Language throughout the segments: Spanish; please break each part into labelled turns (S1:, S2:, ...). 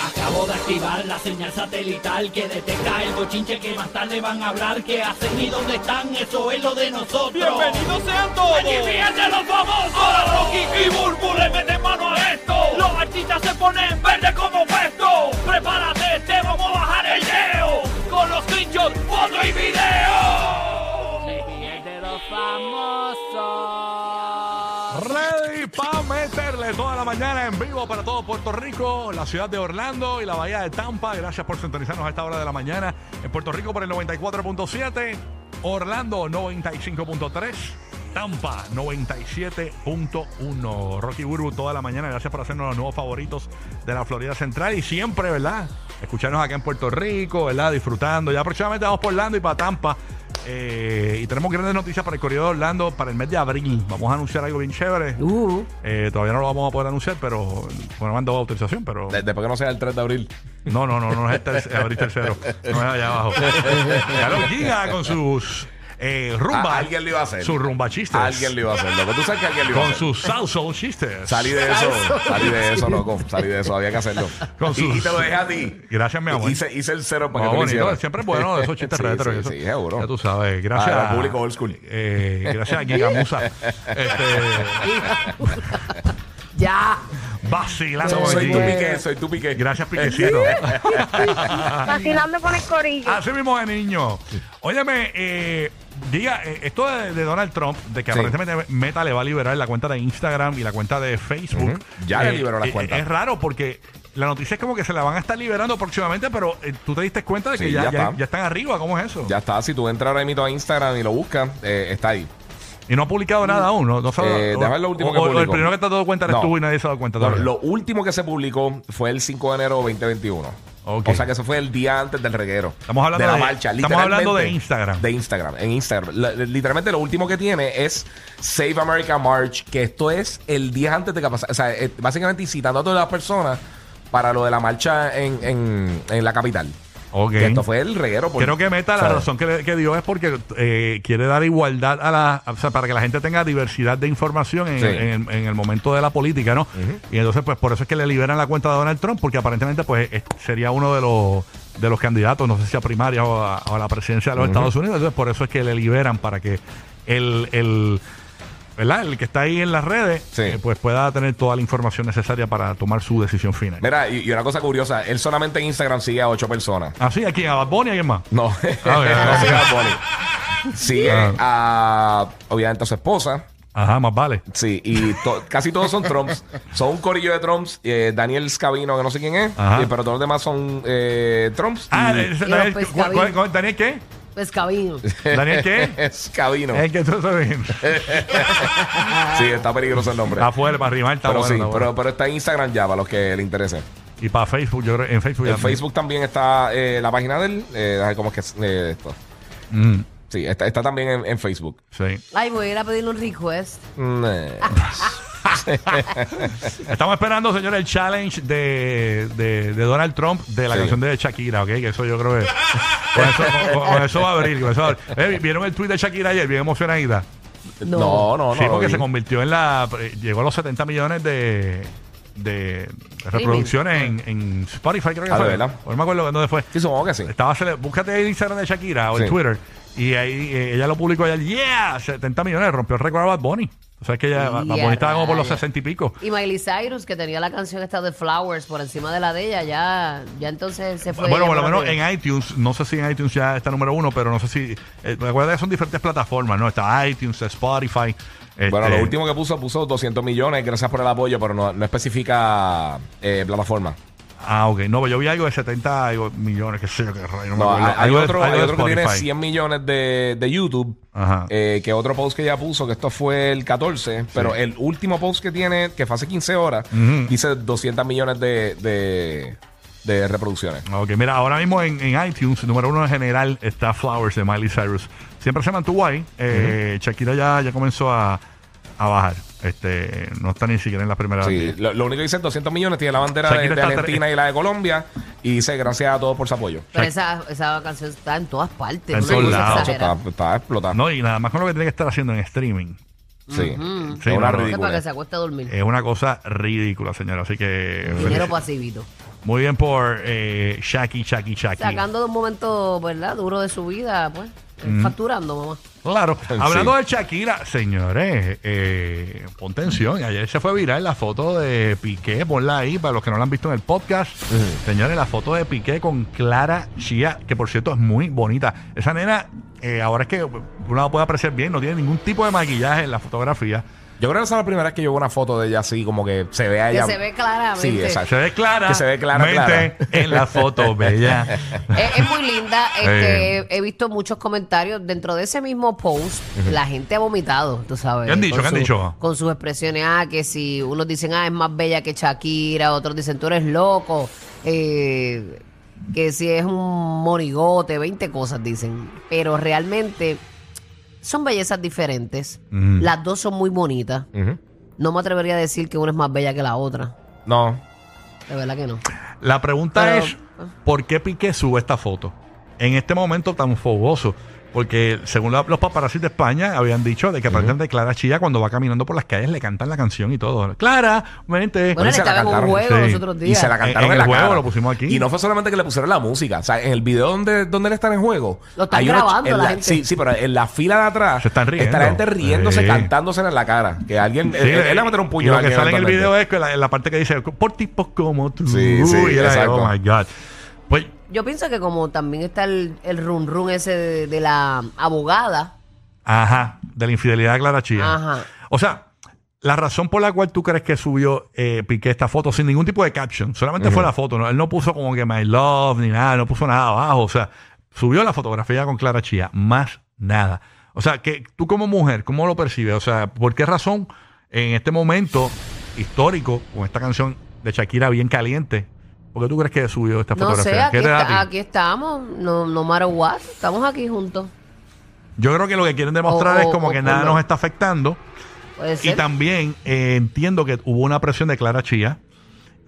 S1: Acabo de activar la señal satelital que detecta el bochinche que más tarde van a hablar. ¿Qué hacen y dónde están? Eso es lo de nosotros.
S2: ¡Bienvenidos sean todos!
S1: ¡Aquí vienen los famosos!
S2: Ahora Rocky y Burbu le meten mano a esto. Los artistas se ponen verde como puesto. Prepárate, te vamos a bajar el leo. Con los pinchos, foto y video.
S1: de los famosos!
S3: Ready para meterle toda la mañana en vivo para todo Puerto Rico, la ciudad de Orlando y la bahía de Tampa. Gracias por sintonizarnos a esta hora de la mañana en Puerto Rico por el 94.7, Orlando 95.3, Tampa 97.1. Rocky Burbu toda la mañana. Gracias por hacernos los nuevos favoritos de la Florida Central y siempre, ¿verdad? Escucharnos acá en Puerto Rico, ¿verdad? Disfrutando. Ya aproximadamente vamos por Orlando y para Tampa. Eh, y tenemos grandes noticias para el Correo de Orlando para el mes de abril. Vamos a anunciar algo bien chévere.
S4: Uh,
S3: Eh, todavía no lo vamos a poder anunciar, pero bueno, me han dado autorización, pero
S5: De- después que no sea el 3 de abril.
S3: no, no, no, no es el tercero, abril tercero. No es allá abajo. Ya lo Giga con sus eh, rumba.
S5: Ah, alguien lo iba a hacer.
S3: Sus rumba chistes.
S5: Alguien lo iba a hacer, loco. Tú sabes que alguien lo iba a
S3: Con
S5: hacer.
S3: sus South Soul chistes.
S5: Salí de eso, salí de eso, loco. Salí de eso, había que hacerlo.
S3: Con
S5: Y,
S3: sus-
S5: y te lo dejé a ti.
S3: Gracias, mi amor.
S5: Hice, hice el cero para
S3: No,
S5: que tú lo
S3: bonito,
S5: hicieras.
S3: siempre es bueno esos chistes
S5: Sí,
S3: retro.
S5: sí,
S3: y eso.
S5: sí, seguro.
S3: Ya tú sabes, gracias.
S5: Para el público old school.
S3: Eh, gracias a Giga Musa. Este,
S4: ya.
S3: vacilando.
S4: Soy
S5: Ah, Soy
S3: contigo.
S5: tu piqué, soy tu piqué. Eh,
S3: Gracias, Piquecito.
S6: Vacilando con el corillo.
S4: Ah,
S3: Así mismo de niño. Óyeme, eh, diga, eh, esto de, de Donald Trump, de que
S5: Sí.
S3: aparentemente Meta le va a liberar la cuenta de Instagram y la cuenta de Facebook.
S5: Ujú. Ya le liberó las
S3: eh,
S5: cuentas.
S3: Es raro porque la noticia es como que se la van a estar liberando próximamente, pero eh, tú te diste cuenta de que
S5: Sí,
S3: ya,
S5: ya
S3: ya-
S5: está.
S3: ya están arriba. ¿Cómo es eso?
S5: Ya está, si tú entras ahora mismo a Instagram y lo buscas, eh, está ahí.
S3: Y no ha publicado nada aún. No, no se ha dado-
S5: Mm. Eh, déjame ver lo último
S3: o-
S5: que
S3: o- o El
S5: publicó.
S3: primero que te has dado cuenta eres
S5: No.
S3: tú y nadie se ha dado cuenta.
S5: No,
S3: todavía.
S5: lo último que se publicó fue el 5 de enero 2021.
S3: Ok.
S5: O sea que eso fue el día antes del reguero.
S3: Estamos hablando
S5: de la
S3: de-
S5: marcha.
S3: estamos hablando de
S5: literalmente,
S3: Instagram.
S5: De Instagram, en Instagram. La- literalmente lo último que tiene es Save America March, que esto es el día antes de que pasa- O sea, eh, básicamente incitando a todas las personas para lo de la marcha en, en- en la capital.
S3: Ok.
S5: Que esto fue el reguero. por-
S3: Creo que Meta, la
S5: ¿sabes?
S3: razón que, le- que dio es porque eh, quiere dar igualdad a la. O sea, para que la gente tenga diversidad de información en,
S5: Sí.
S3: en- en el momento de la política, ¿no? Y entonces, pues por eso es que le liberan la cuenta de Donald Trump, porque aparentemente, pues es- sería uno de los, de los candidatos, no sé si a primaria o a, o a la presidencia de los Estados Unidos. Entonces, por eso es que le liberan para que el. el ¿Verdad? El que está ahí en las redes,
S5: Sí.
S3: eh, pues pueda tener toda la información necesaria para tomar su decisión final.
S5: Mira, y, y una cosa curiosa, él solamente en Instagram sigue a ocho personas.
S3: Así, aquí, a Bad Bunny, ¿a quién más?
S5: No,
S3: Ah, ok,
S5: no
S3: ok.
S5: sigue a Bad Bunny. Sigue a, obviamente, a su esposa.
S3: Ajá, más vale.
S5: Sí, y to- casi todos son Trumps. Son un corillo de Trumps. eh, Daniel Scavino, que no sé quién es,
S3: Ajá.
S5: eh, pero todos los demás son eh, Trumps.
S3: Ah,
S5: y- "Pues,
S3: eh,
S4: y
S3: Daniel,
S4: López
S3: ¿cuál- cuál-
S4: Gabriel.
S3: cuál- Daniel, qué?
S4: Pescadino.
S3: ¿Daniel qué?
S5: Scavino.
S3: Es que tú sabes.
S5: Sí, está peligroso el nombre.
S3: Está fuerte, para arribar Ah, pues, está
S5: pero
S3: bueno.
S5: sí,
S3: está bueno.
S5: Pero, pero está en Instagram ya, para los que le interese.
S3: Y para Facebook, yo creo en Facebook
S5: En
S3: ya-
S5: Facebook también está eh, la página del... Eh, ¿Cómo es que es? Eh, esto.
S3: Mm,
S5: Sí, está, está también en, en Facebook.
S3: sí.
S4: Ay, voy a ir a pedirle un request.
S5: Mm, eh,
S3: Ah. Estamos esperando, señores, el challenge de, de, de Donald Trump de la
S5: Sí.
S3: canción de Shakira, ¿ok? Que eso yo creo que. Con eso, con- con eso va a abrir. con eso va a abrir. Eh, ¿Vieron el tweet de Shakira ayer? Bien emocionadita.
S4: No.
S5: no, no, no.
S3: sí,
S5: lo
S3: porque
S5: vi.
S3: se convirtió en la. eh, Llegó a los 70 millones de. de reproducciones en, en Spotify, creo que
S5: Ah,
S3: fue.
S5: de verdad.
S3: No me acuerdo dónde fue.
S5: Sí, supongo que sí.
S3: Estaba cele- búscate el Instagram de Shakira o el
S5: Sí.
S3: Twitter. Y ahí eh, ella lo publicó ayer. ¡Yeah! 70 millones. Rompió el récord a Bad Bunny. O sea, es que ella, Bad
S4: Yeah,
S3: Bunny estaba como por los
S4: raya.
S3: 60 y pico.
S4: Y Miley Cyrus, que tenía la canción esta de Flowers por encima de la de ella, ya, ya entonces se fue.
S3: bueno,
S4: ella
S3: por lo menos
S4: arriba.
S3: en iTunes, no sé si en iTunes ya está número uno, pero no sé si. eh, recuerda que son diferentes plataformas, ¿no? Está iTunes, Spotify.
S5: Bueno,
S3: este,
S5: lo último que puso, puso 200 millones. Gracias por el apoyo, pero no, no especifica eh, plataforma.
S3: Ah, ok. No, pero yo vi algo de 70 algo, millones, qué sé yo, qué rayo. No, me
S5: No,
S3: acuerdo.
S5: hay, hay
S3: Algo de-
S5: otro,
S3: algo
S5: hay
S3: de
S5: otro que tiene
S3: Spotify.
S5: 100 millones de, de YouTube.
S3: Ajá.
S5: eh, que otro post que ya puso, que esto fue el 14, pero el último post que tiene, que fue hace 15 horas,
S3: Ujú.
S5: dice 200 millones de, de, de reproducciones.
S3: Ok, mira, ahora mismo en, en iTunes, número uno en general, está Flowers de Miley Cyrus. Siempre se mantuvo ahí. Eh, Shakira ya, ya comenzó a, a bajar. Este, no está ni siquiera en la primera.
S5: Sí, lo, lo único que dice 200 millones tiene la bandera de,
S3: Shakira
S5: de
S3: está-
S5: Argentina y la de Colombia y dice gracias a todos por su apoyo.
S4: Pero esa, esa canción está en todas partes.
S3: en
S4: una
S3: todos
S4: cosa
S3: lados.
S5: Eso
S4: exagerada.
S5: está, está explotando.
S3: No, y nada más con lo que tiene que estar haciendo en streaming.
S5: Sí.
S3: Sí,
S5: Es una
S3: no,
S4: Eso es para
S3: no. Eh,
S5: ridícula.
S4: que se acueste a dormir.
S3: Es una cosa ridícula, señora. Así que.
S4: Dinero pasivito.
S3: Muy bien por eh, Shaki, Shaki, Shaki.
S4: Sacando de un momento, ¿verdad? Duro de su vida, pues. eh,
S3: Mm.
S4: Facturando, mamá.
S3: Claro.
S5: Sí.
S3: Hablando de Shakira, señores, eh, pon tensión. Ayer se fue viral la foto de Piqué. Ponla ahí para los que no la han visto en el podcast. Señores, la foto de Piqué con Clara Chia, que por cierto es muy bonita. Esa nena, eh, ahora es que uno la puede apreciar bien, no tiene ningún tipo de maquillaje en la fotografía.
S5: Yo creo que esa es la primera vez que yo veo una foto de ella así, como que se ve a
S4: Que
S5: ella.
S4: se ve claramente.
S5: Sí, exacto.
S3: Se ve clara.
S5: Que se ve clara,
S3: mente
S5: clara.
S3: en la foto, bella.
S4: Es, es muy linda.
S3: Eh.
S4: este, He visto muchos comentarios dentro de ese mismo post. La gente ha vomitado, tú sabes.
S3: ¿Qué han dicho?
S4: con
S3: ¿Qué han
S4: su-
S3: dicho?
S4: Con sus expresiones. Ah, que si unos dicen, ah, es más bella que Shakira. Otros dicen, tú eres loco. eh, que si es un morigote. 20 cosas dicen. Pero realmente son bellezas diferentes.
S3: Mm.
S4: Las dos son muy bonitas.
S5: Ujú.
S4: No me atrevería a decir que una es más bella que la otra.
S5: No.
S4: De verdad que no.
S3: La pregunta
S4: Pero-
S3: es, ¿por qué Piqué sube esta foto? En este momento tan fogoso. Porque según la- los paparazzi de España habían dicho de que aparentemente Clara Chía cuando va caminando por las calles le cantan la canción y todo. Clara, vente.
S4: Bueno, él
S5: se la
S4: estaba en un
S5: cantaron,
S4: juego
S3: sí.
S4: los otros días.
S5: Y se la cantaron
S3: En-
S5: en,
S3: en
S5: la
S3: el juego
S5: cara.
S3: lo pusimos aquí.
S5: Y no fue solamente que le pusieron la música. O sea, en el video donde, donde él está en el juego.
S4: Lo están
S5: hay
S4: grabando
S5: en
S4: la gente.
S5: Sí, sí, pero en la fila de atrás.
S3: Se están riendo.
S5: Está la gente riéndose,
S3: Sí.
S5: cantándose en la cara. Que
S4: eh,
S5: alguien. él, él le va a meter un puño.
S3: Y
S5: a
S3: eh, lo que
S5: alguien
S3: sale en el
S5: eventualmente.
S3: video es que la, la parte que dice, por tipos como tú.
S5: Sí, sí,
S3: y era,
S5: exacto.
S3: oh my God. Pues,
S4: Yo pienso que como también está el, el run run ese de, de la abogada,
S3: ajá, de la infidelidad de Clara Chía.
S4: Ajá.
S3: O sea, la razón por la cual tú crees que subió eh, Piqué esta foto sin ningún tipo de caption, solamente fue la foto, ¿no? Él no puso como que My Love ni nada, no puso nada abajo, o sea, subió la fotografía con Clara Chía, más nada. O sea, que tú como mujer, ¿cómo lo percibes? O sea, ¿por qué razón en este momento histórico, con esta canción de Shakira bien caliente, ¿por qué tú crees que subió esta
S4: no
S3: fotografía?
S4: sé, aquí,
S3: ¿Qué te da a
S4: está-
S3: ti?
S4: aquí estamos, no, no matter what, estamos aquí juntos.
S3: Yo creo que lo que quieren demostrar
S4: O-
S3: es
S4: o-
S3: como
S4: o
S3: que
S4: por
S3: nada
S4: lo-
S3: nos está afectando.
S4: Puede ser.
S3: Y también eh, entiendo que hubo una presión de Clara Chía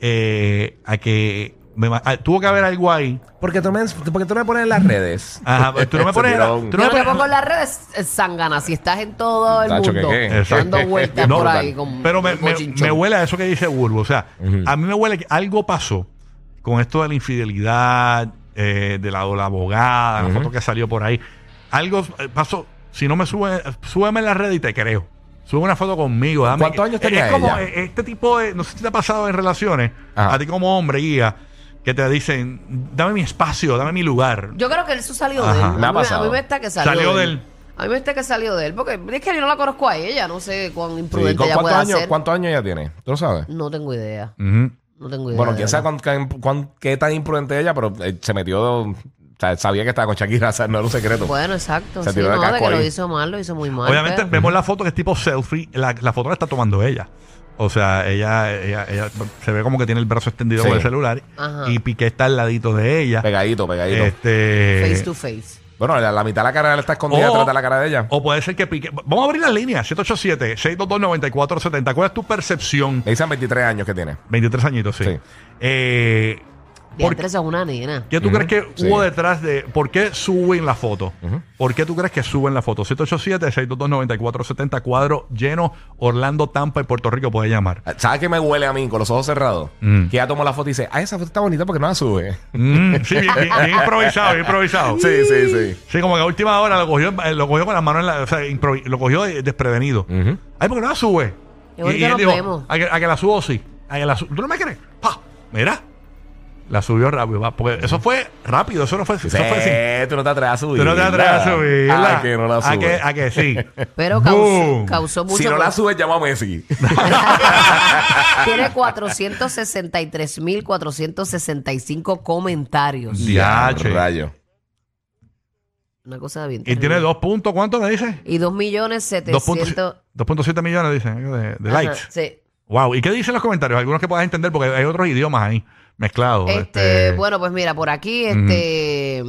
S3: eh, a que me ma- ah, tuvo que haber algo ahí.
S5: Porque tú, me, porque tú me pones en las redes.
S3: Ajá, pero tú no me
S5: Se
S3: pones-
S5: tiraron.
S3: tú
S4: Yo
S3: no me
S4: te
S3: pones-
S4: pongo en las redes eh, zángana, si estás en todo el
S5: Tacho,
S4: mundo,
S5: que qué.
S3: Exacto.
S4: dando vueltas
S3: No,
S4: por
S5: brutal.
S4: ahí. Con,
S3: pero me,
S4: como
S3: me-
S4: chinchón.
S3: me huele a eso que dice Burbo. O sea,
S5: Ujú.
S3: a mí me huele que algo pasó con esto de la infidelidad, eh, de la, la abogada,
S5: Ujú.
S3: la foto que salió por ahí. Algo eh, pasó. Si no me sube, súbeme en la red y te creo. Sube una foto conmigo. dame-
S5: ¿Cuántos años
S3: Es-
S5: tenía
S3: Es como
S5: ella?
S3: eh, este tipo de. No sé si te ha pasado en relaciones,
S5: Ajá.
S3: a ti como hombre, guía, que te dicen, dame mi espacio, dame mi lugar.
S4: Yo creo que eso salió de
S3: Ajá.
S4: él.
S5: Me ha
S4: a, mí, a
S5: pasado.
S4: mí me está que salió,
S3: Salió
S4: de
S3: de
S4: él.
S3: él.
S4: A mí me está que salió de él, porque es que yo no la conozco a ella, no sé cuán
S5: Sí,
S4: imprudente
S5: ¿cu-
S4: ella
S5: ¿cuántos,
S4: pueda
S5: años,
S4: ser.
S5: ¿Cuántos años ella tiene? ¿Tú lo sabes?
S4: No tengo idea,
S3: Ujú.
S4: no tengo idea.
S5: Bueno,
S4: de
S5: quién sabe
S4: verdad.
S5: cuán, cuán- qué tan imprudente ella, pero eh, se metió. O sea, sabía que estaba con Shakira, o sea, no era un secreto.
S4: Bueno, exacto.
S5: Se
S4: sí,
S5: tiró de
S4: no, de
S5: casco
S4: que lo
S5: ahí.
S4: hizo mal, lo hizo muy mal.
S3: Obviamente
S4: pero-
S3: vemos la foto que es tipo selfie, la, la foto la está tomando ella. O sea, ella, ella, ella se ve como que tiene el brazo extendido
S5: Sí.
S3: con el celular
S4: Ajá.
S3: y Piqué está al ladito de ella.
S5: Pegadito, pegadito.
S3: Este,
S4: Face to face.
S5: Bueno, la, la mitad de la cara de él está escondida
S3: o-
S5: detrás de la cara de ella.
S3: O puede ser que Piqué... Vamos a abrir las líneas. 787-622-9470. ¿Cuál es tu percepción?
S5: Me dicen 23 años que tiene.
S3: 23 añitos, sí.
S5: Eh. Sí.
S3: Eh,
S4: Y
S3: ¿por
S4: es una nena.
S3: ¿Qué tú
S5: Ujú,
S3: crees que
S5: sí.
S3: hubo detrás de.? ¿Por qué suben la foto?
S5: Ujú.
S3: ¿Por qué tú crees que suben la foto? 787-622-9470, cuadro lleno, Orlando, Tampa y Puerto Rico, puede llamar.
S5: ¿Sabes qué me huele a mí con los ojos cerrados?
S3: Mm.
S5: Que ella tomó la foto y dice, ah, esa foto está bonita porque no la sube.
S3: Mm, sí, bien, bien- bien improvisado, bien improvisado. Sí.
S5: sí, sí, sí.
S3: como que a última hora lo cogió, eh, lo cogió con las manos en la. O sea, improvi- lo cogió de- desprevenido.
S5: Ujú.
S3: Ay, porque no la sube.
S4: Qué bueno que nos vemos.
S3: a que, a que la subo, sí. A que la su- ¿Tú no me crees? ¡Pa! Mira. La subió rápido, va, Porque eso fue rápido, eso no fue. Eso
S5: Dice,
S3: fue sin-
S5: "Eh, tú no te atreves a subir.
S3: Tú no te atreves a subirla.
S5: Ah, que no la sube.
S3: A que, a que sí.
S4: Pero
S3: Boom.
S4: causó, causó mucho.
S5: Si no la
S4: más.
S5: subes, llama a Messi.
S4: Tiene 463.465 comentarios.
S3: Sí. Diache.
S5: Rayo.
S4: Una cosa bien.
S3: Y tiene dos puntos, ¿cuánto me dice?
S4: Y 2 millones 700.
S3: 2.7 millones, dicen, de, de likes.
S4: Sí.
S3: Wow. ¿Y qué dicen los comentarios? Algunos que puedas entender porque hay otros idiomas ahí mezclados.
S4: Este,
S3: este,
S4: Bueno, pues mira, por aquí, este.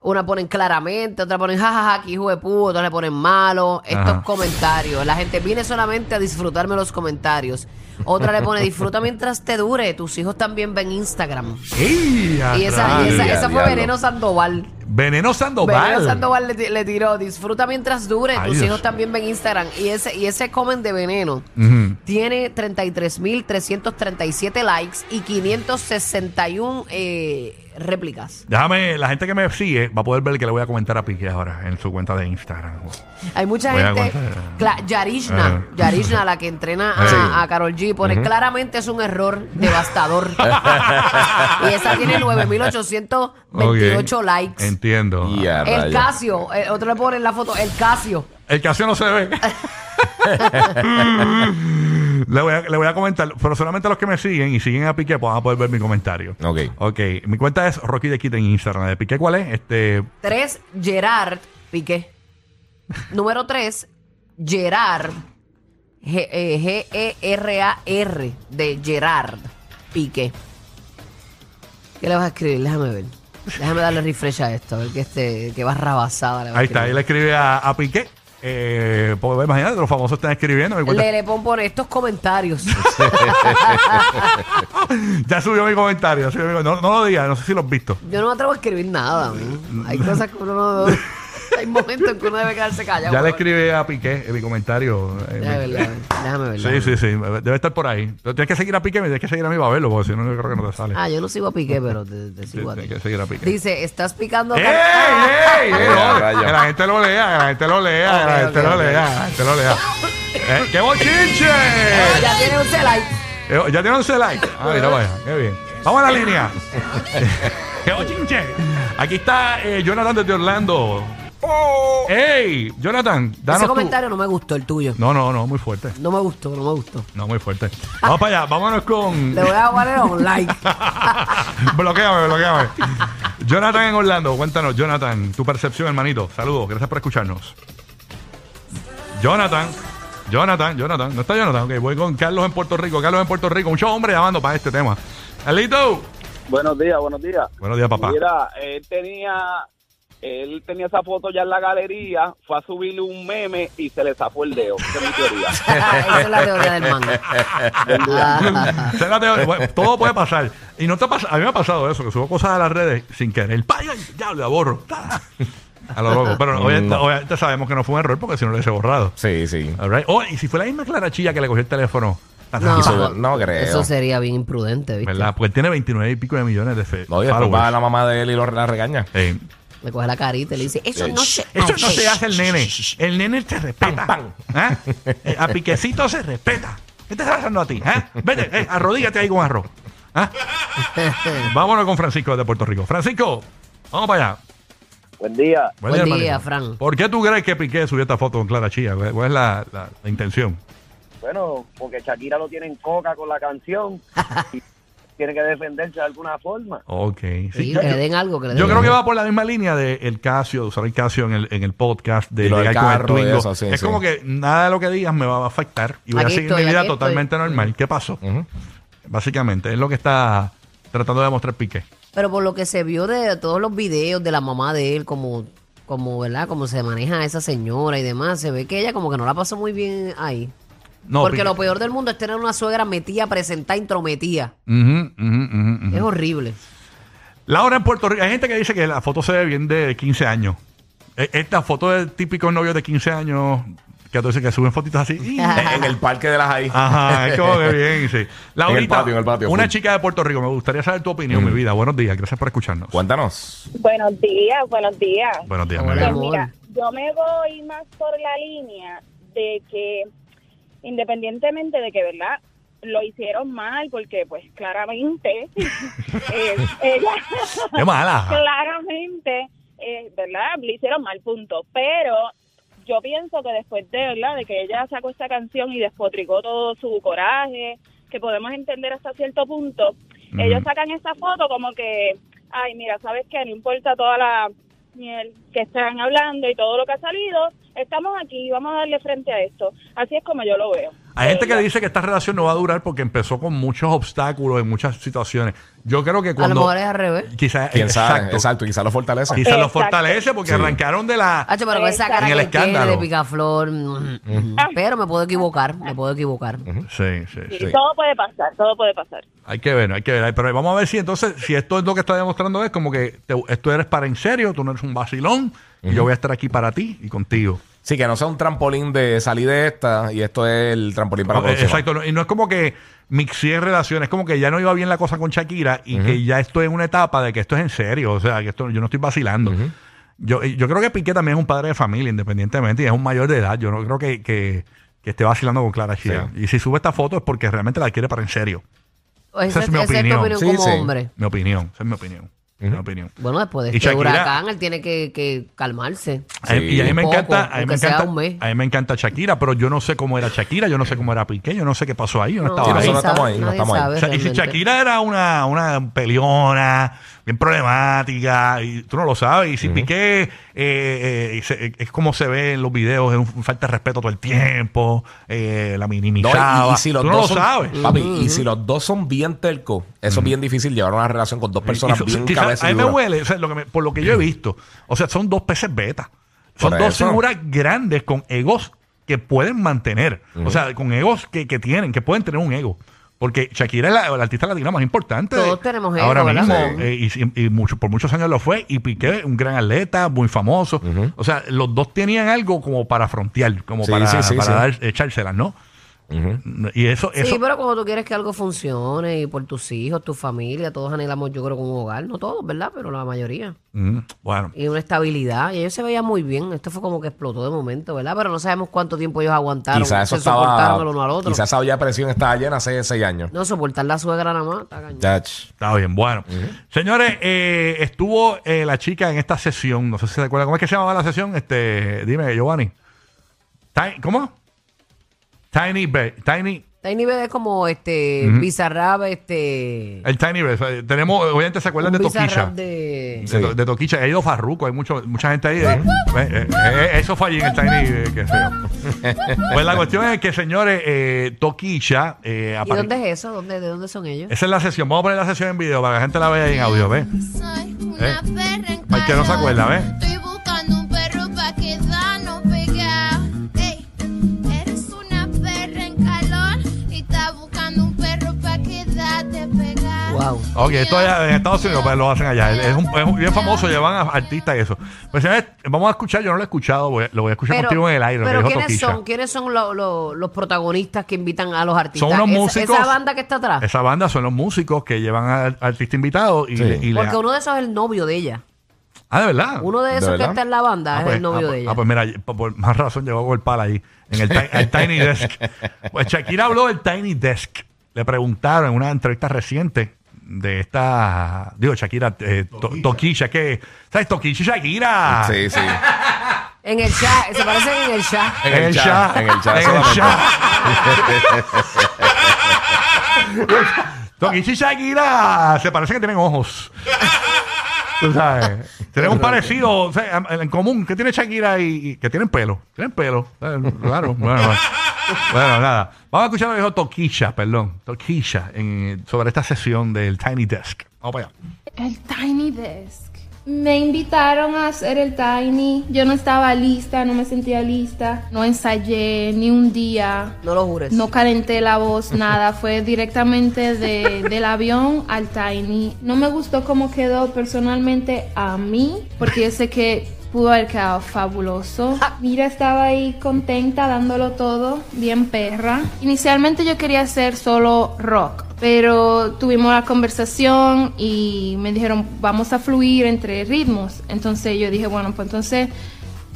S4: Una ponen claramente, otra ponen jajaja, que hijo de puto, otra le ponen malo. Estos
S3: Ajá.
S4: comentarios. La gente viene solamente a disfrutarme los comentarios. Otra le pone disfruta mientras te dure. Tus hijos también ven Instagram.
S3: ¡Ey, a
S4: Y esa,
S3: rayos!
S4: y esa-
S5: ya,
S4: esa fue
S5: diablo.
S4: Veneno Sandoval.
S3: Veneno Sandoval.
S4: Veneno Sandoval le, ti- le tiró, disfruta mientras dure.
S3: Ay,
S4: Tus
S3: Dios
S4: hijos
S3: mío.
S4: también ven Instagram. Y ese, y ese comment de veneno
S3: Ujú.
S4: tiene 33.337 likes y 561 eh, réplicas.
S3: Déjame, la gente que me sigue va a poder ver que le voy a comentar a Piqué ahora en su cuenta de Instagram.
S4: Hay mucha
S3: Voy a
S4: gente.
S3: aguantar.
S4: Cla- Yarishna,
S3: Ah.
S4: Yarishna, la que entrena a,
S3: Sí.
S4: Carol G, pone claramente es un error devastador. y esa tiene 9.828
S3: Ok.
S4: likes.
S3: Entiendo.
S5: Y a
S4: El
S5: rayos.
S4: Casio, el otro le pone en la foto, el Casio.
S3: El casio no se ve. le, voy a, le voy a comentar, pero solamente los que me siguen y siguen a Piqué pues, van a poder ver mi comentario.
S5: Ok.
S3: Ok, mi cuenta es Rocky de Kit en Instagram. ¿De Piqué cuál es? Este,
S4: 3, Gerard Piqué. Número 3, Gerard. G- eh, G-E-R-A-R de Gerard Piqué. ¿Qué le vas a escribir? Déjame ver. Déjame darle refresh a esto, a ver que, este, que vas rabasada. le vas a
S3: ahí está, ahí
S4: escribir.
S3: le escribe a, a Piqué. Eh, pues, imagínate, los famosos están escribiendo. Mi cuenta-
S4: Le, le pon por estos comentarios.
S3: ya subió mi comentario. ya subió mi- no, no lo digas, no sé si lo has visto.
S4: Yo no me atrevo a escribir nada. man. Hay cosas que uno no... Hay momentos en que uno debe quedarse callado.
S3: ya le escribe a Piqué eh, mi comentario. eh,
S4: Déjame
S3: mi-
S4: verlo, déjame verlo.
S3: Sí, sí, sí. Debe estar por ahí. Pero Tienes que seguir a Piqué, me tienes que seguir a mí para verlo, porque si no, yo creo que no te sale.
S4: Ah, yo no sigo a Piqué, pero te, te sigo a ti.
S3: Tienes que seguir a Piqué.
S4: Dice, estás picando...
S3: ¡Ey,
S4: car-
S3: ey! ey!
S5: Ya,
S3: No,
S5: rayo.
S3: que la gente lo lea, que la gente lo lea, que la
S4: Ok,
S3: gente
S4: ok,
S3: lo
S4: ok.
S3: lea, que la gente lo lea. Eh, ¡Qué bochinche!
S4: Ya tiene un like.
S3: Eh, ya tiene 11 likes. Ah, mira, vaya, qué bien. Vamos a la línea. ¡Qué bochinche! Aquí está eh, Jonathan desde Orlando. ¡Ey! Jonathan, danos
S4: Ese
S3: tu-
S4: comentario no me gustó, el tuyo.
S3: No, no, no, muy fuerte.
S4: No me gustó, no me gustó.
S3: No, muy fuerte. Vamos para allá, vámonos con.
S4: Ah. Le voy a poner un like.
S3: bloqueame, bloqueame. Jonathan en Orlando, cuéntanos, Jonathan, tu percepción, hermanito. Saludos, gracias por escucharnos. Jonathan, Jonathan, Jonathan. No está Jonathan, ok, voy con Carlos en Puerto Rico. Carlos en Puerto Rico, muchos hombres llamando para este tema. Carlito.
S7: Buenos días, buenos días.
S3: Buenos días, papá.
S7: Mira, él tenía, él tenía esa foto ya en la galería, fue a subirle un meme y se le zafó el dedo. Esa es mi teoría.
S4: Esa es la teoría del man. Ah,
S3: Esa es la teoría. Bueno, todo puede pasar. Y no te pasa, a mí me ha pasado eso, que subo cosas a las redes sin querer. ¡Paya! Ya la borro. Ta. A lo loco. Pero obviamente,
S5: No.
S3: obviamente sabemos que no fue un error porque si no lo hubiese borrado.
S5: Sí, sí.
S3: All right. Oh, y si fue la misma clarachilla que le cogió el teléfono.
S4: No.
S5: Y su- no creo.
S4: Eso sería bien imprudente, ¿viste?
S3: ¿Verdad? Porque él tiene 29 y pico de millones de fe-
S5: No, y después va la mamá de él y lo, la regaña.
S3: Eh,
S4: Le coge la carita y le dice, eso no se...
S3: Eso no
S4: ok".
S3: se hace el nene. El nene se respeta.
S5: Pam,
S3: ¿Ah? Eh, A piquecito se respeta. ¿Qué te está pasando a ti? ah? Vete, eh, arrodíllate ahí con arroz. ¿Ah? Vámonos con Francisco de Puerto Rico. Francisco, vamos para allá.
S7: Buen día.
S4: Buen día,
S3: hermanito.
S4: Fran.
S3: ¿Por qué tú crees que Piqué subió esta foto con Clara Chía? ¿Cuál es la, la- la intención?
S7: Bueno, porque Shakira lo tiene en coca con la canción. y tiene que defenderse de alguna forma.
S3: Ok. sí.
S4: Sí,
S3: Yo-
S4: que le den algo, que le den
S3: Yo creo que
S4: algo.
S3: va por la misma línea de el Casio, de usar el Casio en el, en el podcast, de
S5: Y lo del
S3: llegar con el
S5: carro y
S3: Twingo.
S5: eso, sí,
S3: es
S5: sí.
S3: como que nada de lo que digas me va a afectar y voy
S4: Aquí
S3: a seguir
S4: estoy,
S3: mi vida
S4: aquí estoy.
S3: totalmente normal. ¿Qué pasó?
S5: Ujú.
S3: Básicamente, es lo que está tratando de demostrar Piqué.
S4: Pero por lo que se vio de todos los videos de la mamá de él, como, como ¿verdad? Como se maneja esa señora y demás, se ve que ella como que no la pasó muy bien ahí.
S3: No,
S4: Porque
S3: Piqué-
S4: lo peor del mundo es tener una suegra metida, presentada, intrometida.
S3: Ujú, ujú, ujú, ujú.
S4: Es horrible.
S3: Laura en Puerto Rico. Hay gente que dice que la foto se ve bien de 15 años. E- Esta foto del típico novio de 15 años, que tú dices que suben fotitos así.
S5: en el parque de las ahí.
S3: Ajá, es como que bien, sí. Laurita,
S5: patio, en el patio,
S3: una
S5: full. Mm.
S3: chica de Puerto Rico, me gustaría saber tu opinión, mi vida. Buenos días, gracias por escucharnos.
S5: Cuéntanos.
S6: Buenos días, buenos días.
S3: Buenos días,
S4: Hola,
S3: mi
S6: Pues
S3: vida.
S4: amor.
S6: mira, yo me voy más por la línea de que independientemente de que, ¿verdad? Lo hicieron mal porque, pues, claramente, eh, ella,
S3: Qué mala.
S6: claramente, eh, ¿verdad? Lo hicieron mal, punto. Pero yo pienso que después de, ¿verdad? De que ella sacó esta canción y despotricó todo su coraje, que podemos entender hasta cierto punto,
S3: Ujú.
S6: ellos sacan esa foto como que, ay, mira, ¿sabes qué? No importa toda la miel que están hablando y todo lo que ha salido, estamos aquí, vamos a darle frente a esto. Así es como yo lo veo.
S3: Hay gente que dice que esta relación no va a durar porque empezó con muchos obstáculos en muchas situaciones. Yo creo que
S4: A lo
S3: cuando.
S4: mejor es al revés.
S3: Quizás.
S5: Quién sabe, exacto,
S3: Exacto.
S5: quizás lo fortalece.
S3: Quizás lo
S6: Exacto.
S3: fortalece porque
S5: Sí.
S3: arrancaron de la.
S4: Hacho, pero con esa cara
S3: En el
S4: que él tiene de
S3: escándalo.
S4: picaflor. mm, Pero me puedo equivocar, me puedo equivocar.
S3: Sí, sí, sí.
S6: Sí, Todo puede pasar, todo puede pasar.
S3: Hay que ver, hay que ver. Pero vamos a ver si entonces, si esto es lo que está demostrando, es como que te- esto eres para en serio, tú no eres un vacilón, y yo voy a estar aquí para ti y contigo.
S5: Sí, que no sea un trampolín de salir de esta y esto es el trampolín para la
S3: Eh,
S5: próxima.
S3: Exacto, no- y no es como que mixié relaciones, es como que ya no iba bien la cosa con Shakira y que ya estoy en una etapa de que esto es en serio, o sea, que esto yo no estoy vacilando. yo, y yo creo que Piqué también es un padre de familia, independientemente, y es un mayor de edad. Yo no creo que, que, que esté vacilando con Clara Chía. Y si sube esta foto es porque realmente la quiere para en serio.
S4: Esa,
S3: es mi
S4: esa
S3: opinión.
S4: tu opinión
S5: Sí,
S4: como
S5: sí.
S4: hombre.
S3: Mi opinión, esa es mi opinión. Mi opinión.
S4: Bueno, después de
S3: Y
S4: este
S3: Shakira-
S4: huracán, él tiene que, que calmarse.
S3: A mí- y a mí me
S4: Un poco,
S3: encanta, a mí me
S4: aunque sea
S3: encanta,
S4: un mes.
S3: a mí me encanta Shakira, pero yo no sé cómo era Shakira, yo no sé cómo era Piqué, yo no sé qué pasó ahí, yo no, estaba
S5: sí,
S3: ahí.
S5: no estamos ahí, no
S4: nadie
S5: estamos ahí.
S4: sabe
S3: O sea, y si
S4: realmente.
S3: Shakira era una, una peleona, bien problemática, y tú no lo sabes, y si Piqué eh, eh, y se- eh, es como se ve en los videos, es un falta de respeto todo el tiempo, eh, la
S5: No, y-
S3: minimizaba,
S5: y, si los
S3: tú no
S5: dos
S3: lo
S5: son,
S3: sabes. Mm-hmm.
S5: Papi, y si los dos son bien tercos, eso es bien difícil llevar una relación con dos personas
S3: Y- y-
S5: bien
S3: quizá-
S5: cabeza
S3: a
S5: y
S3: mí me
S5: dura.
S3: huele, o sea, lo que me- por lo que yo he visto, o sea, son dos peces beta. Son
S5: Por
S3: dos
S5: eso.
S3: figuras grandes con egos que pueden mantener. O sea, con egos que, que tienen, que pueden tener un ego. Porque Shakira es la, la artista latina más importante.
S4: Todos tenemos ego,
S3: Ahora
S4: ¿verdad?
S3: mismo.
S5: Sí.
S3: eh, y y- y mucho- por muchos años lo fue. Y Piqué, un gran atleta, muy famoso. O sea, los dos tenían algo como para frontear, como
S5: Sí,
S3: para,
S5: sí, sí,
S3: para
S5: sí.
S3: dar- echárselas, ¿no? Y eso, eso
S4: Sí, pero cuando tú quieres que algo funcione y por tus hijos, tu familia, todos anhelamos, yo creo, con un hogar, no todos, ¿verdad? Pero la mayoría.
S3: Mm, bueno.
S4: Y una estabilidad. Y ellos se veían muy bien. Esto fue como que explotó de momento, ¿verdad? Pero no sabemos cuánto tiempo ellos aguantaron.
S5: Quizás eso
S4: se soportaron el uno al
S5: estaba.
S4: otro.
S5: Quizás esa olla de presión estaba llena hace seis años.
S4: No, soportar la suegra nada más. está cañón.
S5: Yach.
S3: Está bien, bueno. Señores, eh, estuvo eh, la chica en esta sesión. No sé si se acuerdan. ¿Cómo es que se llamaba la sesión? Este, dime, Giovanni. Ti- ¿Cómo? Tiny Bear. Tiny,
S4: Tiny Bed es como este Bizarrap, este.
S3: el Tiny Bear. O sea, tenemos, obviamente se acuerdan
S4: un
S3: de Toquilla.
S4: Bizarrap
S3: De,
S4: de.
S5: Sí.
S3: To- de Toquilla. Ha ido Farruco. Hay mucho, mucha gente ahí. eh. Eh, eh, eh, eso fue allí en el Tiny eh, que feo. pues la cuestión es que, señores, eh, Toquilla.
S5: Ah,
S3: eh,
S4: ¿Y
S3: apare-
S4: dónde es eso? ¿Dónde, ¿De dónde son ellos?
S3: Esa es la sesión. Vamos a poner la sesión en video para que la gente la vea ahí en audio, ¿ves?
S8: Soy una
S3: Eh.
S8: perra en
S3: Para el que no
S8: calor.
S3: se acuerda, ¿ves?
S8: Estoy buscando un perro pa' quedarnos pegados. Ey, eres una perra en calor y estás buscando un perro pa' quedarte pegado.
S4: Wow.
S3: Ok, esto allá en Estados Unidos pues, lo hacen allá. Es, un, es un- bien famoso, llevan a artistas y eso. Pues señores, vamos a escuchar, yo no lo he escuchado, voy a- lo voy a escuchar contigo en el aire. lo
S4: pero
S3: que dijo
S4: ¿quiénes
S3: Toquilla.
S4: son? ¿Quiénes son lo- lo- los protagonistas que invitan a los artistas?
S3: Son unos
S4: Esa-
S3: músicos.
S4: Esa, banda que está atrás.
S3: Esa banda son los músicos que llevan al artista invitado y,
S5: Sí.
S3: le- y le-
S4: Porque uno de esos es el novio de ella.
S3: Ah, de verdad.
S4: Uno de
S5: ¿De
S4: esos que
S5: verdad?
S4: está en la banda
S3: Ah,
S4: es
S3: pues,
S4: el novio
S3: ah,
S4: de
S3: pues-
S4: ella.
S3: Ah, pues mira, yo- por, por más razón llegó el pal ahí, en el, ti- el Tiny Desk. Pues Shakira habló del Tiny Desk. Le preguntaron en una entrevista reciente de esta, digo, Shakira, eh, To- Toquilla, que, ¿sabes? Toquilla y Shakira.
S5: Sí, sí.
S4: En el chat, se parecen en el chat.
S5: En el chat, en el chat solamente.
S3: Toquichi y Shakira se parece que tienen ojos. Tú sabes. Tienen un parecido o sea, en común. que tiene Shakira y, y- que tienen pelo? Tienen pelo. Eh, Claro. Bueno, bueno. Bueno, nada. Vamos a escuchar lo que dijo Toquilla, perdón. Toquilla en- sobre esta sesión del Tiny Desk. Vamos para allá.
S9: El Tiny Desk. Me invitaron a hacer el Tiny. Yo no estaba lista, no me sentía lista. No ensayé ni un día.
S4: No lo jures.
S9: No calenté la voz, nada. Fue directamente de- del avión al Tiny. No me gustó cómo quedó personalmente a mí, porque yo sé que pudo haber quedado fabuloso. Mira, estaba ahí contenta, dándolo todo, bien perra. Inicialmente yo quería hacer solo rock, pero tuvimos la conversación y me dijeron, vamos a fluir entre ritmos. Entonces yo dije, bueno, pues entonces...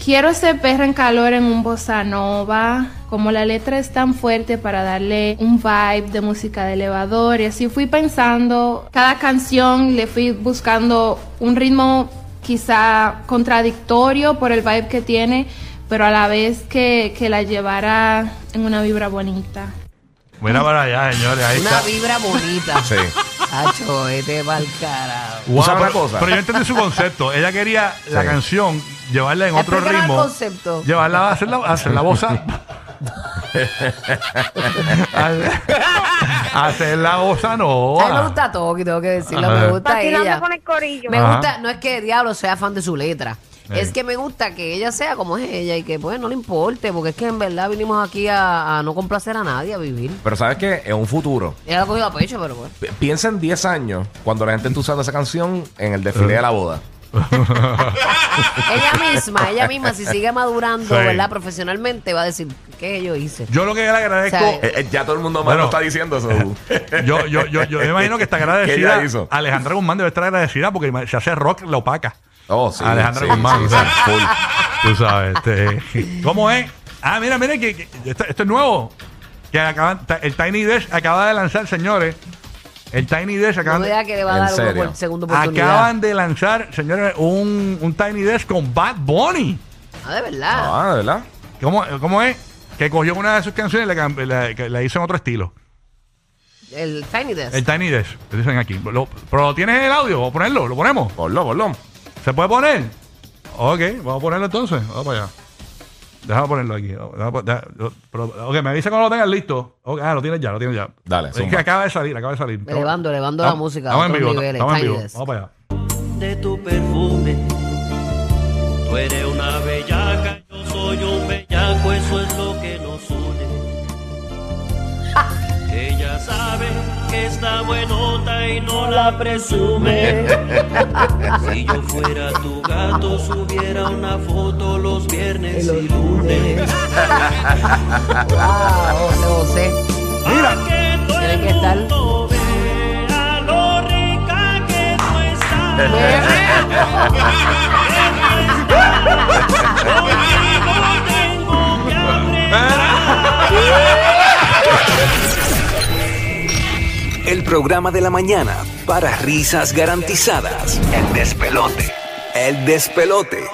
S9: Quiero ser perra en calor en un bossa nova. Como la letra es tan fuerte para darle un vibe de música de elevador. Y así fui pensando. Cada canción le fui buscando un ritmo quizá contradictorio por el vibe que tiene, pero a la vez que, que la llevara en una vibra bonita.
S3: Mira para allá, señores. Ahí
S4: Una
S3: está.
S4: vibra bonita.
S5: Sí.
S4: Hacho, vete pa'l carajo.
S5: ¿Tú sabes
S3: pero,
S5: una cosa?
S3: pero yo entendí su concepto. Ella quería la
S5: Sí.
S3: canción llevarla en otro
S4: Explícanos el
S3: ritmo.
S4: concepto.
S3: Llevarla a hacer la, a hacer la bossa. Hacer la goza no.
S4: A mí me gusta Toki, tengo que decirlo.
S3: Ajá.
S4: Me gusta ella.
S6: el corillo.
S4: Me
S3: Ajá.
S4: gusta, no es que Diablo sea fan de su letra.
S3: Eh.
S4: Es que me gusta que ella sea como es ella y que pues no le importe, porque es que en verdad vinimos aquí a, a no complacer a nadie, a vivir.
S5: Pero sabes que en un futuro,
S4: Ella lo ha cogido a pecho, pero bueno.
S5: pi- piensa en 10 años cuando la gente esté usando esa canción en el desfile de la boda.
S4: ella misma, ella misma, si sigue madurando,
S3: Sí.
S4: ¿verdad? Profesionalmente va a decir, ¿qué yo hice?
S3: Yo lo que le agradezco.
S4: O
S5: Eh, eh, ya todo el mundo más
S3: Bueno.
S5: lo está diciendo eso.
S3: Yo, yo, yo, yo me imagino que está
S5: ¿Qué
S3: agradecida.
S5: ella hizo?
S3: Alejandra Guzmán debe estar agradecida porque se hace rock la opaca.
S5: Oh, sí,
S3: Alejandra
S5: sí,
S3: Guzmán.
S5: sí,
S3: o sea,
S5: sí, full.
S3: Tú sabes. este, ¿Cómo es? Ah, mira, mira, que, que esto, esto es nuevo. Que acaban, ta- el Tiny Desk acaba de lanzar, señores. El Tiny Desk
S4: No
S3: acaban,
S4: me
S3: de,
S4: diga que le va a
S5: ¿En
S4: dar una
S5: serio?
S4: por segunda oportunidad.
S3: acaban de lanzar, señores, un, un Tiny Desk con Bad Bunny.
S4: Ah, de verdad.
S5: Ah, ¿verdad?
S3: ¿Cómo, cómo es? Que cogió una de sus canciones y la, cam- la- que la hizo en otro estilo.
S4: El Tiny Desk.
S3: El Tiny Desk, lo dicen aquí. Lo- pero ¿tienes el audio? ¿Vamos a ponerlo? ¿Lo ponemos?
S5: Ponlo, ponlo.
S3: ¿Se puede poner? Ok, vamos a ponerlo entonces. Vamos para allá. Déjame ponerlo aquí. Déjame pon- deja- yo- pero- ok, me avisa cuando lo tengas listo. Ok, ah, lo tienes ya, lo tienes ya.
S5: Dale,
S3: Es
S5: zumba.
S3: que acaba de salir, acaba de salir.
S4: Elevando, elevando la música a
S3: Estamos en
S4: otros
S3: vivo,
S4: niveles,
S3: estamos en
S4: Tiny
S3: vivo.
S4: Desk.
S3: Vamos para allá.
S1: de tu perfume. Tú eres una bellaca, yo soy un bellaco, eso es lo que nos une. Ella sabe que está buenota y no la presume. Si yo fuera tu gato, subiera una foto los viernes y lunes.
S4: Ah, José, José.
S1: Mira, que todo
S4: Tiene
S1: el
S4: que estar-
S1: mundo vea lo rica que tú estás. Tengo que
S10: El programa de la mañana para risas garantizadas. El despelote. El despelote.